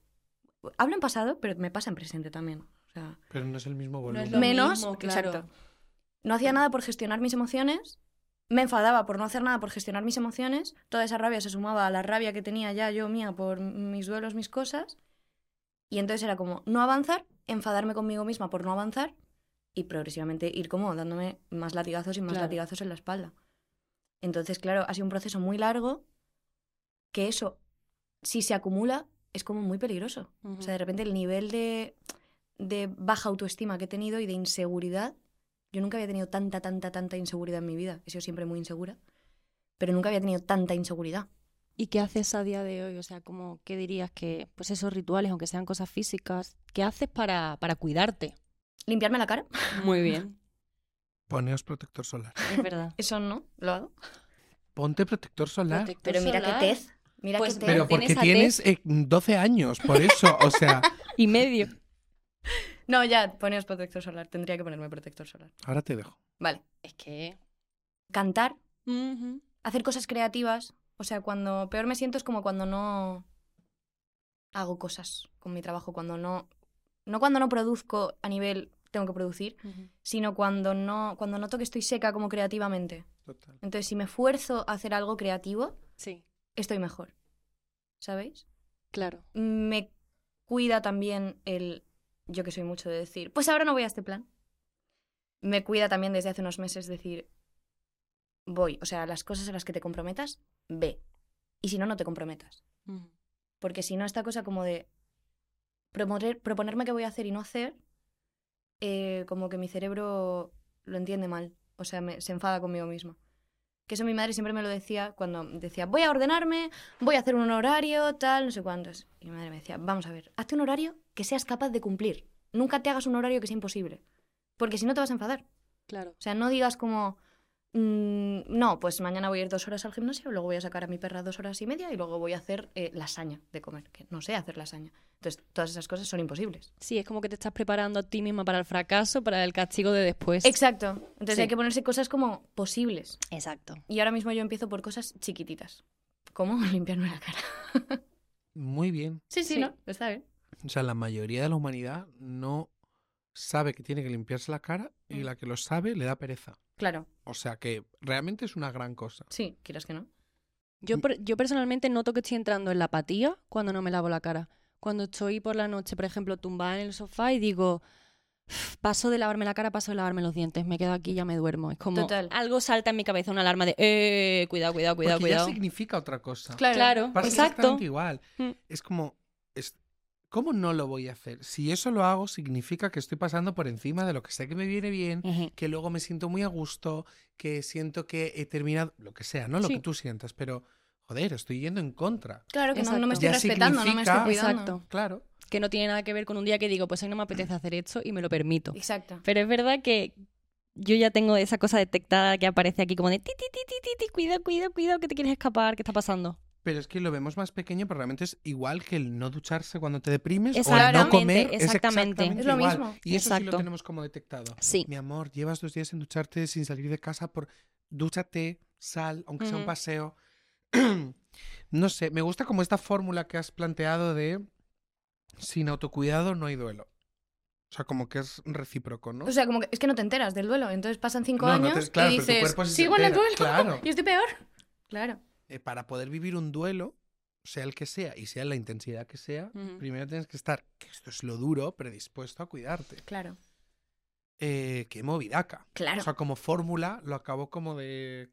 Speaker 5: Hablo en pasado, pero me pasa en presente también. O sea,
Speaker 2: Pero no es el mismo volumen.
Speaker 1: lo
Speaker 5: menos,
Speaker 1: mismo, claro.
Speaker 5: exacto. No hacía nada por gestionar mis emociones, me enfadaba por no hacer nada por gestionar mis emociones, toda esa rabia se sumaba a la rabia que tenía ya yo mía por mis duelos, mis cosas, y entonces era como no avanzar, enfadarme conmigo misma por no avanzar y progresivamente ir como dándome más latigazos y más
Speaker 1: Claro.
Speaker 5: latigazos en la espalda. Entonces, claro, ha sido un proceso muy largo que eso, si se acumula, es como muy peligroso. O sea, de repente el nivel de, de baja autoestima que he tenido y de inseguridad, yo nunca había tenido tanta, tanta, tanta inseguridad en mi vida. He sido siempre muy insegura, pero nunca había tenido tanta inseguridad.
Speaker 1: ¿Y qué haces a día de hoy? O sea, como, ¿qué dirías que, pues esos rituales, aunque sean cosas físicas, ¿qué haces para, para cuidarte?
Speaker 5: ¿Limpiarme la cara?
Speaker 1: Muy bien.
Speaker 2: Poneos protector solar.
Speaker 1: Es verdad.
Speaker 5: Eso no, lo hago.
Speaker 2: Ponte protector solar.
Speaker 1: Protector
Speaker 5: Pero mira
Speaker 1: solar
Speaker 5: qué tez, mira
Speaker 1: Pues
Speaker 5: qué tez.
Speaker 2: Pero porque
Speaker 1: tienes
Speaker 2: tienes eh, 12 años, por eso. O sea,
Speaker 1: Y medio.
Speaker 5: No, ya, poneos protector solar. Tendría que ponerme protector solar.
Speaker 2: ahora te dejo.
Speaker 5: Vale.
Speaker 1: Es que...
Speaker 5: Cantar,
Speaker 1: Ujú.
Speaker 5: hacer cosas creativas. O sea, cuando peor me siento es como cuando no hago cosas con mi trabajo, cuando no... No cuando no produzco a nivel tengo que producir, sino cuando no cuando noto que estoy seca como creativamente.
Speaker 2: Total.
Speaker 5: Entonces, si me esfuerzo a hacer algo creativo,
Speaker 1: Sí,
Speaker 5: estoy mejor. ¿Sabéis?
Speaker 1: claro.
Speaker 5: Me cuida también el yo que soy mucho de decir, pues ahora no voy a este plan. Me cuida también desde hace unos meses decir voy, o sea, las cosas a las que te comprometas, ve. Y si no no te comprometas,
Speaker 1: Ujú.
Speaker 5: porque si no esta cosa como de promover- proponerme qué voy a hacer y no hacer, eh, como que mi cerebro lo entiende mal, o sea, me- se enfada conmigo misma. Que eso mi madre siempre me lo decía cuando decía, voy a ordenarme, voy a hacer un horario, tal, no sé cuántos. Y mi madre me decía, vamos a ver, hazte un horario que seas capaz de cumplir. Nunca te hagas un horario que sea imposible, porque si no te vas a enfadar.
Speaker 1: Claro.
Speaker 5: O sea, no digas como, "Mm, no, pues mañana voy a ir dos horas al gimnasio, luego voy a sacar a mi perra dos horas y media y luego voy a hacer eh, lasaña de comer, que no sé hacer lasaña. Entonces, todas esas cosas son imposibles.
Speaker 1: Sí, es como que te estás preparando a ti misma para el fracaso, para el castigo de después.
Speaker 5: Exacto. Entonces
Speaker 1: Sí.
Speaker 5: hay que ponerse cosas como posibles.
Speaker 1: Exacto.
Speaker 5: Y ahora mismo yo empiezo por cosas chiquititas. Como limpiarme la cara.
Speaker 2: Muy bien.
Speaker 5: Sí,
Speaker 1: Sí.
Speaker 5: Está bien.
Speaker 2: O sea, la mayoría de la humanidad no sabe que tiene que limpiarse la cara y
Speaker 5: Mm.
Speaker 2: la que lo sabe le da pereza.
Speaker 5: Claro,
Speaker 2: O sea que realmente es una gran cosa.
Speaker 5: sí, quieras que no.
Speaker 1: Yo, per- yo personalmente noto que estoy entrando en la apatía cuando no me lavo la cara. Cuando estoy por la noche, por ejemplo, tumbada en el sofá y digo, "Uf, paso de lavarme la cara, paso de lavarme los dientes, me quedo aquí y ya me duermo. Es como
Speaker 5: Total.
Speaker 1: algo salta en mi cabeza, una alarma de, eh, cuidado, cuidado, cuidado,
Speaker 2: Porque
Speaker 1: cuidado.
Speaker 2: ya significa otra cosa.
Speaker 1: Claro, exacto.
Speaker 2: Pasa exactamente igual.
Speaker 1: Mm.
Speaker 2: Es como, es, ¿cómo no lo voy a hacer? Si eso lo hago, significa que estoy pasando por encima de lo que sé que me viene bien,
Speaker 1: Ujú.
Speaker 2: que luego me siento muy a gusto, que siento que he terminado, lo que sea, no lo
Speaker 1: Sí.
Speaker 2: que tú sientas, pero joder, estoy yendo en contra.
Speaker 5: Claro que no, no me estoy
Speaker 1: Exacto.
Speaker 2: Ya
Speaker 5: respetando, no me estoy
Speaker 2: significa-
Speaker 5: cuidando.
Speaker 1: Exacto.
Speaker 2: Claro.
Speaker 1: Que no tiene nada que ver con un día que digo, pues hoy no me apetece hacer esto y me lo permito.
Speaker 5: Exacto.
Speaker 1: Pero es verdad que yo ya tengo esa cosa detectada que aparece aquí como de ti, ti, ti, ti, ti, ti, cuidado, cuidado, cuidado, que te quieres escapar, ¿qué está pasando?
Speaker 2: Pero es que lo vemos más pequeño, pero realmente es igual que el no ducharse cuando te deprimes o el no
Speaker 5: Exactamente,
Speaker 2: comer. Es
Speaker 1: exactamente.
Speaker 5: Es lo
Speaker 2: igual.
Speaker 5: mismo.
Speaker 2: Y eso sí lo
Speaker 1: Exacto.
Speaker 2: tenemos como detectado.
Speaker 1: Sí.
Speaker 2: Mi amor, llevas dos días sin ducharte, sin salir de casa, por dúchate, sal, aunque sea un
Speaker 1: Ujú.
Speaker 2: paseo. no sé, me gusta como esta fórmula que has planteado de sin autocuidado no hay duelo. O sea, como que es recíproco, ¿no?
Speaker 5: O sea, como que es que no te enteras del duelo. Entonces pasan cinco
Speaker 2: No, no te-
Speaker 5: años
Speaker 2: claro,
Speaker 5: y
Speaker 2: pero tu
Speaker 5: dices,
Speaker 2: cuerpo sí se
Speaker 5: sigo en el
Speaker 2: entera,
Speaker 5: duelo
Speaker 2: claro.
Speaker 5: y estoy peor. Claro.
Speaker 2: eh, para poder vivir un duelo, sea el que sea y sea la intensidad que sea,
Speaker 1: Ujú.
Speaker 2: primero tienes que estar, que esto es lo duro, predispuesto a cuidarte.
Speaker 5: Claro.
Speaker 2: Eh, qué movidaca.
Speaker 5: Claro.
Speaker 2: O sea, como fórmula lo acabo como de,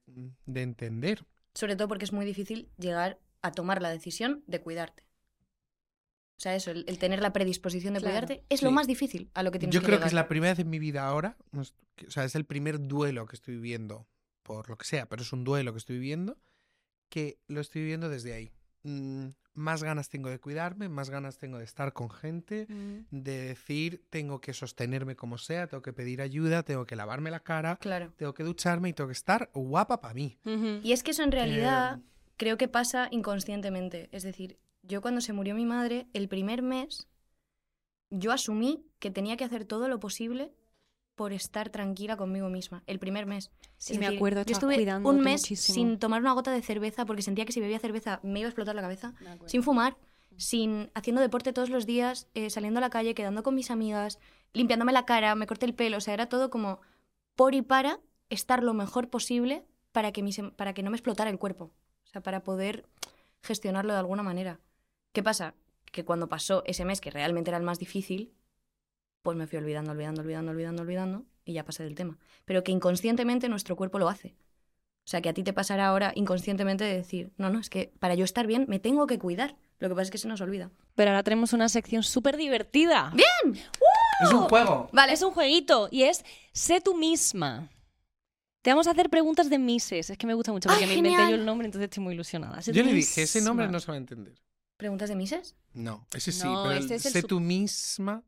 Speaker 2: de entender.
Speaker 5: Sobre todo porque es muy difícil llegar a tomar la decisión de cuidarte. O sea, eso, el, el tener la predisposición de
Speaker 1: Claro.
Speaker 5: cuidarte es lo
Speaker 2: Sí.
Speaker 5: más difícil a lo que tienes
Speaker 2: Yo
Speaker 5: que
Speaker 2: creo que
Speaker 5: llegar.
Speaker 2: es la primera vez en mi vida ahora, no es- que- o sea, es el primer duelo que estoy viviendo, por lo que sea, pero es un duelo que estoy viviendo, que lo estoy viviendo desde ahí. Mm, más ganas tengo de cuidarme, más ganas tengo de estar con gente, de decir tengo que sostenerme como sea, tengo que pedir ayuda, tengo que lavarme la cara,
Speaker 5: Claro.
Speaker 2: tengo que ducharme y tengo que estar guapa para mí.
Speaker 1: Ujú.
Speaker 5: Y es que eso en realidad
Speaker 2: Eh,
Speaker 5: creo que pasa inconscientemente. Es decir, yo cuando se murió mi madre, el primer mes, yo asumí que tenía que hacer todo lo posible por estar tranquila conmigo misma. El primer mes.
Speaker 1: Sí,
Speaker 5: Es
Speaker 1: me
Speaker 5: decir,
Speaker 1: acuerdo,
Speaker 5: Yo
Speaker 1: estabas
Speaker 5: estuve
Speaker 1: cuidándote
Speaker 5: un mes
Speaker 1: muchísimo.
Speaker 5: sin tomar una gota de cerveza porque sentía que si bebía cerveza me iba a explotar la cabeza.
Speaker 1: Me acuerdo.
Speaker 5: Sin fumar, sin haciendo deporte todos los días, eh, saliendo a la calle, quedando con mis amigas, limpiándome la cara, me corté el pelo, o sea, era todo como por y para estar lo mejor posible para que, mi sem- para que no me explotara el cuerpo, o sea, para poder gestionarlo de alguna manera. ¿Qué pasa? Que cuando pasó ese mes, que realmente era el más difícil, pues me fui olvidando, olvidando, olvidando, olvidando, olvidando, y ya pasé del tema. Pero que inconscientemente nuestro cuerpo lo hace. O sea, que a ti te pasará ahora inconscientemente de decir, no, no, es que para yo estar bien me tengo que cuidar. Lo que pasa es que se nos olvida.
Speaker 1: Pero ahora tenemos una sección súper divertida.
Speaker 2: Es un juego.
Speaker 5: Vale,
Speaker 1: Es un jueguito y es sé tú misma. Te vamos a hacer preguntas de Mises. Es que me gusta mucho porque
Speaker 5: ¡Ay,
Speaker 1: me inventé
Speaker 5: genial!
Speaker 1: yo el nombre, entonces estoy muy ilusionada. Sé
Speaker 2: Yo
Speaker 1: tú
Speaker 2: le dije, ese nombre no
Speaker 1: misma.
Speaker 2: se va a entender.
Speaker 5: ¿Preguntas de Mises?
Speaker 2: No, ese sí,
Speaker 1: No,
Speaker 2: pero el
Speaker 5: este
Speaker 1: ese es el
Speaker 2: sé
Speaker 1: sub-
Speaker 2: tú misma.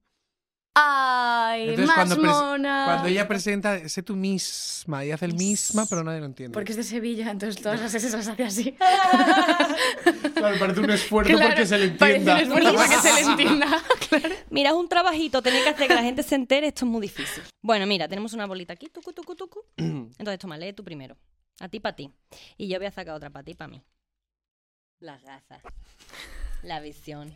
Speaker 5: ¡Ay,
Speaker 2: Entonces,
Speaker 5: más
Speaker 2: cuando, pres-
Speaker 5: mona!
Speaker 2: cuando ella presenta, sé tú misma y hace el misma, pero nadie lo entiende.
Speaker 5: Porque es de Sevilla, entonces todas las S las hace así.
Speaker 2: Claro, parece un esfuerzo
Speaker 5: Claro,
Speaker 2: porque se le
Speaker 5: parece un
Speaker 2: entienda.
Speaker 5: esfuerzo para que se le entienda. claro.
Speaker 1: Mira, es un trabajito, tener que hacer que la gente se entere, esto es muy difícil. Bueno, mira, tenemos una bolita aquí, tucu, tucu, tucu. Entonces, toma, lee tú primero. A ti, para ti. Y yo voy a sacar otra para ti, para mí. Las gafas. La visión.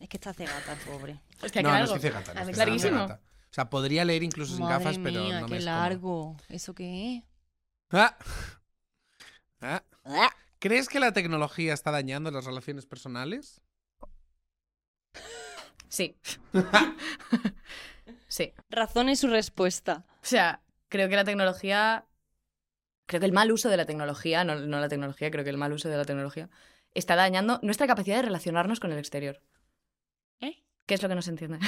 Speaker 1: Es que está cegata, pobre.
Speaker 5: Hostia,
Speaker 2: no,
Speaker 5: que
Speaker 2: no
Speaker 5: Ah, largo.
Speaker 2: estoy cegata. no
Speaker 5: A ver,
Speaker 2: estoy cegata.
Speaker 5: larguísimo.
Speaker 2: O sea, podría leer incluso Pues sin
Speaker 1: Madre
Speaker 2: gafas, pero
Speaker 1: mía,
Speaker 2: no me
Speaker 1: qué
Speaker 2: es cómodo.
Speaker 1: largo. ¿Eso qué
Speaker 2: Ah. Ah.
Speaker 1: es?
Speaker 2: ¿Crees que la tecnología está dañando las relaciones personales?
Speaker 5: Sí. sí.
Speaker 1: Razón es su respuesta.
Speaker 5: O sea, creo que la tecnología. Creo que el mal uso de la tecnología, no, no la tecnología, creo que el mal uso de la tecnología está dañando nuestra capacidad de relacionarnos con el exterior.
Speaker 1: ¿Eh?
Speaker 5: ¿Qué es lo que no se entiende?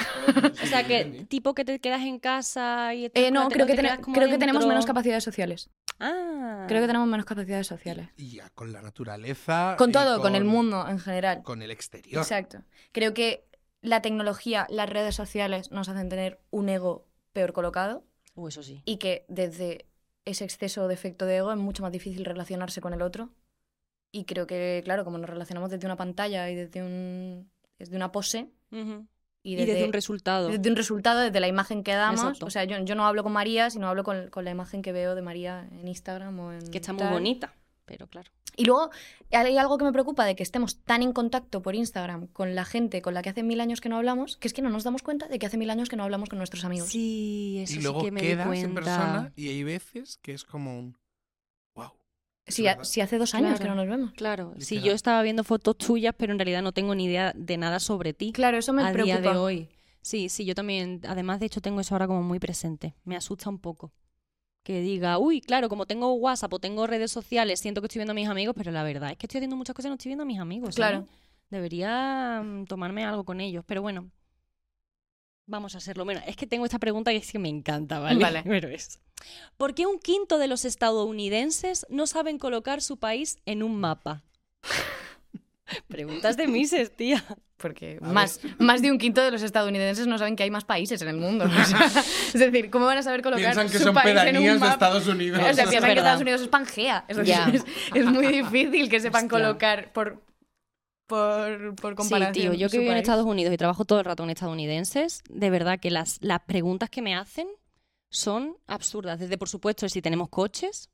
Speaker 1: O sea, que tipo que te quedas en casa y... estás
Speaker 5: Eh, no,
Speaker 1: con la
Speaker 5: creo que,
Speaker 1: tele, te
Speaker 5: tene-
Speaker 1: quedas como
Speaker 5: creo que tenemos
Speaker 1: dentro.
Speaker 5: menos capacidades sociales.
Speaker 1: Ah.
Speaker 5: Creo que tenemos menos capacidades sociales.
Speaker 2: Y ya, con la
Speaker 1: Ah,
Speaker 2: naturaleza.
Speaker 5: Con
Speaker 2: y
Speaker 5: todo, con el mundo en general.
Speaker 2: Con el exterior.
Speaker 5: Exacto. Creo que la tecnología, las redes sociales nos hacen tener un ego peor colocado
Speaker 1: Uh, eso sí.
Speaker 5: y que desde ese exceso o defecto de ego es mucho más difícil relacionarse con el otro. Y creo que, claro, como nos relacionamos desde una pantalla y desde, un, desde una pose
Speaker 1: Ujú.
Speaker 5: y
Speaker 1: Y
Speaker 5: desde,
Speaker 1: desde, un resultado.
Speaker 5: desde un resultado, desde la imagen que damos.
Speaker 1: Exacto.
Speaker 5: O sea, yo, yo no hablo con María, sino hablo con, con la imagen que veo de María en Instagram o en.
Speaker 1: Que está muy
Speaker 5: tal.
Speaker 1: bonita, pero claro.
Speaker 5: Y luego hay algo que me preocupa de que estemos tan en contacto por Instagram con la gente con la que hace mil años que no hablamos, que es que no nos damos cuenta de que hace mil años que no hablamos con nuestros amigos.
Speaker 1: Sí, eso
Speaker 2: y luego
Speaker 1: sí que me di
Speaker 2: quedas en
Speaker 1: cuenta.
Speaker 2: persona y hay veces que es como un. ¡Wow!
Speaker 5: si,
Speaker 2: es
Speaker 5: ha-
Speaker 2: verdad.
Speaker 5: si hace dos años
Speaker 1: Claro.
Speaker 5: que no nos vemos.
Speaker 1: Claro, si
Speaker 2: Literal.
Speaker 1: yo estaba viendo fotos tuyas, pero en realidad no tengo ni idea de nada sobre ti
Speaker 5: Claro, eso me
Speaker 1: a
Speaker 5: preocupa.
Speaker 1: día de hoy. Sí, sí, yo también, además de hecho tengo eso ahora como muy presente. Me asusta un poco. Que diga, uy, claro, como tengo WhatsApp o tengo redes sociales, siento que estoy viendo a mis amigos, pero la verdad es que estoy haciendo muchas cosas y no estoy viendo a mis amigos. ¿eh? ¿sabes?
Speaker 5: Claro.
Speaker 1: Debería mm, tomarme algo con ellos, pero bueno. Vamos a hacerlo. Bueno, es que tengo esta pregunta que es que me encanta, ¿vale?
Speaker 5: Vale.
Speaker 1: Pero es. ¿Por qué un quinto de los estadounidenses no saben colocar su país en un mapa? Preguntas de Mises, tía.
Speaker 5: porque más, más de un quinto de los estadounidenses no saben que hay más países en el mundo. ¿no? O sea, es decir, ¿cómo van a saber colocar
Speaker 2: Piensan que
Speaker 5: su
Speaker 2: son
Speaker 5: país en un
Speaker 2: pedanías de
Speaker 5: mapa?
Speaker 2: Estados Unidos.
Speaker 5: O sea,
Speaker 1: es
Speaker 5: piensan que
Speaker 1: verdad.
Speaker 5: Estados Unidos es Pangea. Es, decir,
Speaker 1: Ya.
Speaker 5: es, es muy difícil que sepan
Speaker 1: Hostia.
Speaker 5: colocar por, por, por
Speaker 1: Sí,
Speaker 5: comparación.
Speaker 1: tío, yo
Speaker 5: su
Speaker 1: que vivo en
Speaker 5: país.
Speaker 1: Estados Unidos y trabajo todo el rato con estadounidenses, de verdad que las, las preguntas que me hacen son absurdas. Desde, por supuesto, si tenemos coches.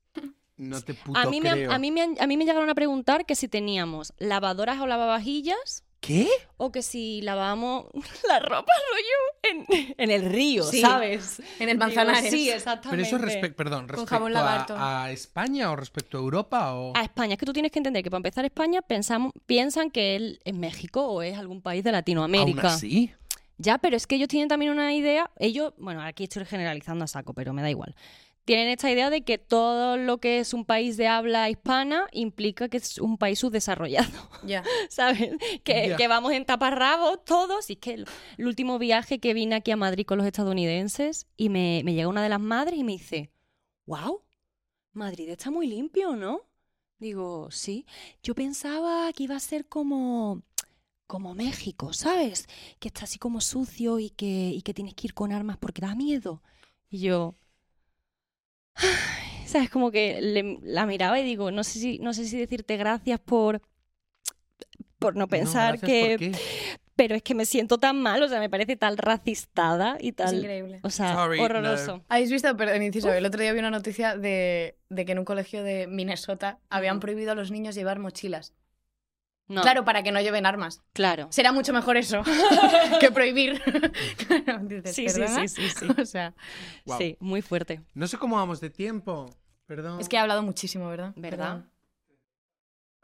Speaker 2: No te puto
Speaker 1: A mí, me, han-
Speaker 2: creo.
Speaker 1: a, mí me han- a mí me llegaron a preguntar que si teníamos lavadoras o lavavajillas
Speaker 2: ¿Qué?
Speaker 1: o que si lavábamos la ropa rollo en, en el río,
Speaker 5: Sí,
Speaker 1: ¿sabes?
Speaker 5: En el
Speaker 1: Digo,
Speaker 5: Manzanares.
Speaker 1: sí,
Speaker 2: Pero
Speaker 1: exactamente.
Speaker 2: eso respecto, perdón,
Speaker 5: Con
Speaker 2: respecto
Speaker 5: jabón lagarto.
Speaker 2: a, a España o respecto a Europa o...
Speaker 1: a España. Es que tú tienes que entender que para empezar España pensamos, piensan que él es México o es algún país de Latinoamérica.
Speaker 2: Aún así.
Speaker 1: Ya, pero es que ellos tienen también una idea, ellos, bueno, aquí estoy generalizando a saco, pero me da igual. Tienen esta idea de que todo lo que es un país de habla hispana implica que es un país subdesarrollado,
Speaker 5: Ya.
Speaker 1: ¿sabes? Que,
Speaker 2: Ya.
Speaker 1: que vamos en taparrabos todos. Y es que el, el último viaje que vine aquí a Madrid con los estadounidenses y me, me llega una de las madres y me dice, wow, Madrid está muy limpio, ¿no? Digo, sí. Yo pensaba que iba a ser como, como México, ¿sabes? Que está así como sucio y que, y que tienes que ir con armas porque da miedo. Y yo, ay, ¿sabes? Como que le- la miraba y digo, no sé si, no sé si decirte gracias por, por no pensar
Speaker 2: gracias, ¿por
Speaker 1: que...
Speaker 2: qué?
Speaker 1: Pero es que me siento tan mal, o sea, me parece tal racistada y
Speaker 5: Es
Speaker 1: tal...
Speaker 5: increíble.
Speaker 1: O sea,
Speaker 2: Sorry,
Speaker 1: horroroso.
Speaker 5: ¿Habéis visto, perdón, inciso, el otro día vi una noticia de, de que en un colegio de Minnesota habían prohibido a los niños llevar mochilas.
Speaker 1: No,
Speaker 5: Claro, para que no lleven armas.
Speaker 1: claro.
Speaker 5: Será mucho mejor eso que prohibir. Claro, dices,
Speaker 1: Sí, sí,
Speaker 5: ¿perdona?
Speaker 1: sí, sí, sí.
Speaker 5: O sea,
Speaker 2: Guau.
Speaker 1: Sí, muy fuerte.
Speaker 2: No sé cómo vamos de tiempo. Perdón.
Speaker 5: es que he hablado muchísimo, ¿verdad?
Speaker 1: ¿Verdad?
Speaker 5: Perdón.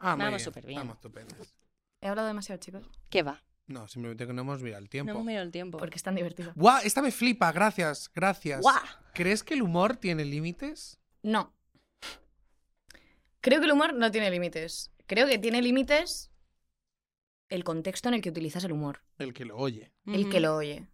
Speaker 2: Ah, muy
Speaker 1: Vamos superbién.
Speaker 2: Vamos estupendas.
Speaker 5: He hablado demasiado, chicos,
Speaker 1: ¿Qué va?
Speaker 2: No, simplemente que no hemos mirado el tiempo.
Speaker 1: No hemos mirado el tiempo.
Speaker 5: porque es tan divertido.
Speaker 2: Guau, esta me flipa. Gracias, gracias.
Speaker 1: ¡Guau!
Speaker 2: ¿Crees que el humor tiene límites?
Speaker 5: No. Creo que el humor no tiene límites. Creo que tiene límites el contexto en el que utilizas el humor.
Speaker 2: El que lo oye.
Speaker 5: el que
Speaker 1: Ujú.
Speaker 5: lo oye.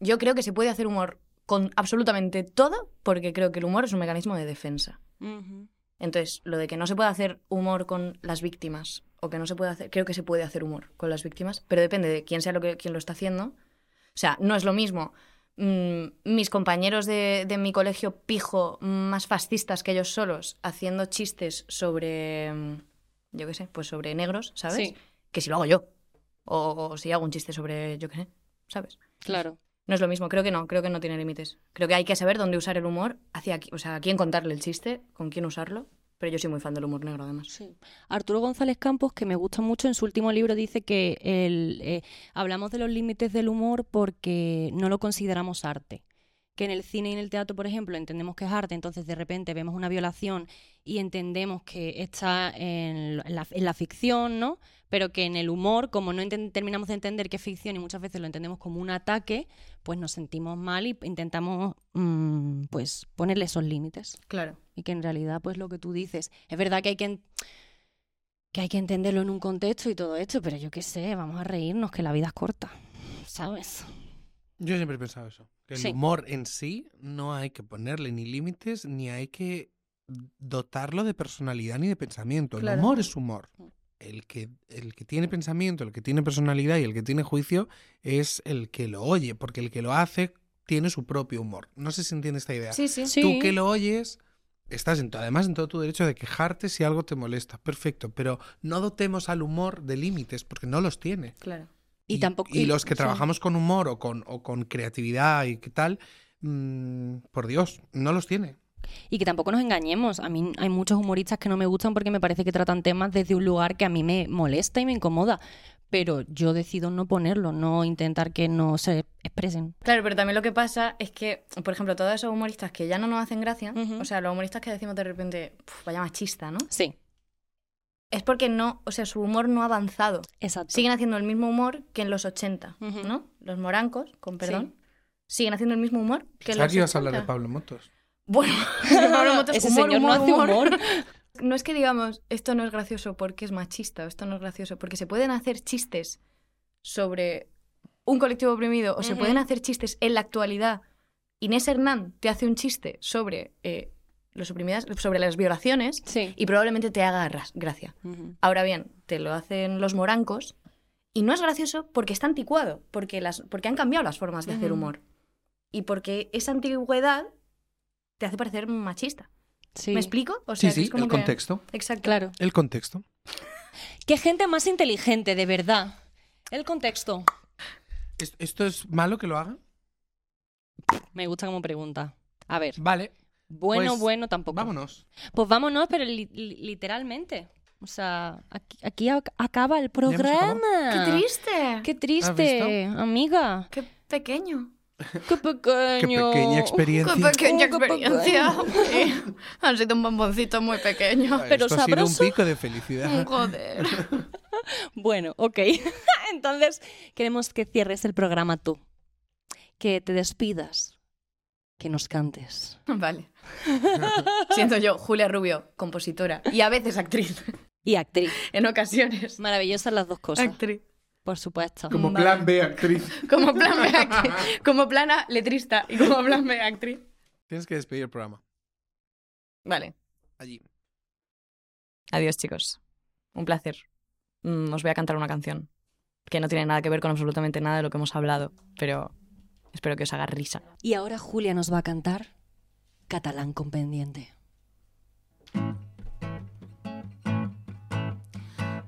Speaker 5: Yo creo que se puede hacer humor con absolutamente todo porque creo que el humor es un mecanismo de defensa.
Speaker 1: Ujú.
Speaker 5: Entonces, lo de que no se puede hacer humor con las víctimas o que no se puede hacer, creo que se puede hacer humor con las víctimas, pero depende de quién sea lo que, quién lo está haciendo. O sea, no es lo mismo mm, mis compañeros de, de mi colegio pijo más fascistas que ellos solos haciendo chistes sobre, mm, yo qué sé, pues sobre negros, ¿sabes?
Speaker 1: Sí,
Speaker 5: Que si lo hago yo. O, o si hago un chiste sobre, yo qué sé, ¿sabes?
Speaker 1: claro.
Speaker 5: No es lo mismo, creo que no, creo que no tiene límites. Creo que hay que saber dónde usar el humor, hacia, qui- o sea, a quién contarle el chiste, con quién usarlo. Pero yo soy muy fan del humor negro, además.
Speaker 1: Sí. Arturo González Campos, que me gusta mucho, en su último libro dice que el, eh, hablamos de los límites del humor porque no lo consideramos arte. Que en el cine y en el teatro, por ejemplo, entendemos que es arte, entonces de repente vemos una violación y entendemos que está en la, en la ficción, ¿no? Pero que en el humor, como no enten- terminamos de entender que es ficción y muchas veces lo entendemos como un ataque, pues nos sentimos mal y intentamos mm, pues ponerle esos límites
Speaker 5: Claro.
Speaker 1: y que en realidad pues lo que tú dices es verdad que hay que en- que hay que entenderlo en un contexto y todo esto pero yo qué sé vamos a reírnos que la vida es corta sabes
Speaker 2: Yo siempre he pensado eso. Que el
Speaker 1: Sí.
Speaker 2: humor en sí no hay que ponerle ni límites ni hay que dotarlo de personalidad ni de pensamiento. El
Speaker 5: Claro. Mm.
Speaker 2: humor es humor. El que, el que tiene pensamiento, el que tiene personalidad y el que tiene juicio es el que lo oye, porque el que lo hace tiene su propio humor. No sé si entiende esta idea.
Speaker 5: Sí, sí.
Speaker 2: Tú que lo oyes, estás en, to- además en todo tu derecho de quejarte si algo te molesta. Perfecto, pero no dotemos al humor de límites porque no los tiene.
Speaker 5: Claro.
Speaker 1: y, tampoco
Speaker 2: y los que
Speaker 1: sí.
Speaker 2: trabajamos con humor o con, o con creatividad y qué tal, mm, por Dios, no los tiene.
Speaker 1: y que tampoco nos engañemos a mí hay muchos humoristas que no me gustan porque me parece que tratan temas desde un lugar que a mí me molesta y me incomoda pero yo decido no ponerlo no intentar que no se expresen
Speaker 5: Claro, pero también lo que pasa es que, por ejemplo, todos esos humoristas que ya no nos hacen gracia,
Speaker 1: Ujú.
Speaker 5: o sea, los humoristas que decimos de repente, "Puf, vaya machista, ¿no?
Speaker 1: sí
Speaker 5: Es porque no, o sea, su humor no ha avanzado.
Speaker 1: exacto
Speaker 5: Siguen haciendo el mismo humor que en los 80,
Speaker 1: Ujú.
Speaker 5: ¿no? Los morancos, con perdón, siguen haciendo el mismo humor que en
Speaker 2: Pensaba
Speaker 5: los
Speaker 2: que ibas a hablar de
Speaker 5: 80.
Speaker 2: Pablo Motos.
Speaker 5: Bueno, Pablo Motos,
Speaker 1: ese
Speaker 5: humor,
Speaker 1: señor
Speaker 5: humor,
Speaker 1: no hace
Speaker 5: humor.
Speaker 1: humor
Speaker 5: No es que digamos, esto no es gracioso porque es machista, o esto no es gracioso, porque se pueden hacer chistes sobre un colectivo oprimido, o se
Speaker 1: Ujú.
Speaker 5: pueden hacer chistes en la actualidad. Inés Hernán te hace un chiste sobre eh, los oprimidas, sobre las violaciones,
Speaker 1: sí
Speaker 5: y probablemente te haga gra- gracia. Ahora bien, te lo hacen los morancos Y no es gracioso porque está anticuado, porque, las, porque han cambiado las formas de hacer
Speaker 1: Ujú.
Speaker 5: humor. Y porque esa antigüedad te hace parecer machista.
Speaker 1: Sí.
Speaker 5: ¿Me explico? O sea, que
Speaker 2: sí,
Speaker 5: es
Speaker 2: sí,
Speaker 5: como
Speaker 2: el
Speaker 5: que-
Speaker 2: contexto.
Speaker 5: Exacto.
Speaker 1: Claro.
Speaker 2: El contexto.
Speaker 1: Qué gente más inteligente, de verdad. El contexto.
Speaker 2: ¿Es- ¿Esto es malo que lo hagan?
Speaker 1: Me gusta como pregunta. A ver,
Speaker 2: Vale,
Speaker 1: bueno,
Speaker 2: Pues,
Speaker 1: bueno, tampoco.
Speaker 2: vámonos.
Speaker 1: Pues vámonos, pero li- li- literalmente. O sea, aquí, aquí ac- acaba el
Speaker 2: hemos acabado.
Speaker 1: programa.
Speaker 5: ¡Qué triste! Ah.
Speaker 1: Qué
Speaker 5: ¡Qué,
Speaker 1: triste, amiga.
Speaker 5: pequeño!
Speaker 1: Qué pequeño.
Speaker 2: Qué pequeña
Speaker 5: ¡Qué
Speaker 2: experiencia.
Speaker 5: pequeña
Speaker 1: Oh, qué
Speaker 5: experiencia! Sí. Ha sido un bomboncito muy pequeño.
Speaker 2: Vale,
Speaker 1: pero
Speaker 2: Esto ha sido un
Speaker 1: sabroso.
Speaker 2: pico de felicidad.
Speaker 5: Joder.
Speaker 1: Bueno, ok. Entonces, queremos que cierres el programa tú. Que te despidas. Que nos cantes.
Speaker 5: Vale. Siento yo, Julia Rubio, compositora y a veces actriz,
Speaker 1: Y actriz.
Speaker 5: en ocasiones.
Speaker 1: Maravillosas las dos cosas,
Speaker 5: Actriz.
Speaker 1: por supuesto.
Speaker 5: Como Vale. plan
Speaker 2: B, actriz.
Speaker 5: Como plan B, actriz. Como plana letrista y como plan B, actriz.
Speaker 2: Tienes que despedir el programa.
Speaker 5: Vale.
Speaker 2: Allí.
Speaker 5: Adiós, chicos. Un placer. Mm, os voy a cantar una canción que no tiene nada que ver con absolutamente nada de lo que hemos hablado, pero espero que os haga risa.
Speaker 1: Y ahora Julia nos va a cantar Catalán con pendiente.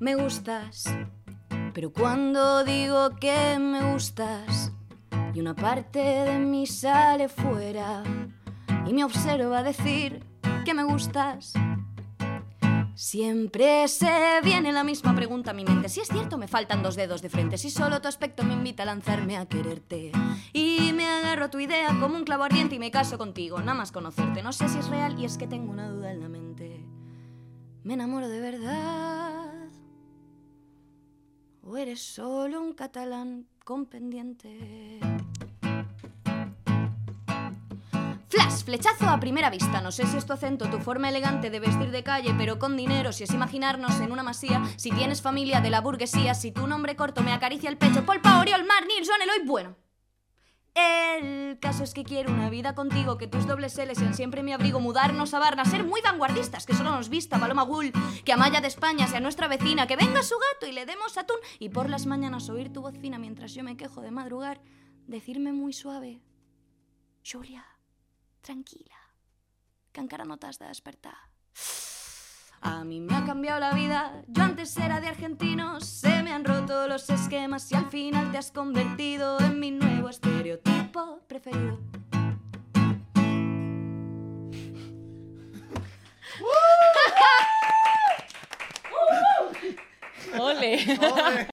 Speaker 5: me gustas. Pero cuando digo que me gustas y una parte de mí sale fuera y me observa decir que me gustas, siempre se viene la misma pregunta a mi mente. Si es cierto, me faltan dos dedos de frente. Si solo tu aspecto me invita a lanzarme a quererte. Y me agarro a tu idea como un clavo ardiente y me caso contigo, nada más conocerte. No sé si es real y es que tengo una duda en la mente. ¿Me enamoro de verdad? ¿O eres solo un catalán con pendiente? Flash, flechazo a primera vista. No sé si es tu acento, tu forma elegante de vestir de calle, pero con dinero. Si es imaginarnos en una masía, si tienes familia de la burguesía, si tu nombre corto me acaricia el pecho. Polpa, Oriol, Mar, Nilsson, Eloy, bueno. El caso es que quiero una vida contigo, que tus dobles L sean siempre mi abrigo, mudarnos a Barna, ser muy vanguardistas, que solo nos vista Paloma Gull, que Amaya de España sea nuestra vecina, que venga su gato y le demos atún, y por las mañanas oír tu voz fina mientras yo me quejo de madrugar, decirme muy suave, Julia, tranquila, que encara no t'has de despertar. A mí me ha cambiado la vida. Yo antes era de argentino, se me han roto los esquemas y al final te has convertido en mi nuevo estereotipo preferido.
Speaker 1: ¡Ole!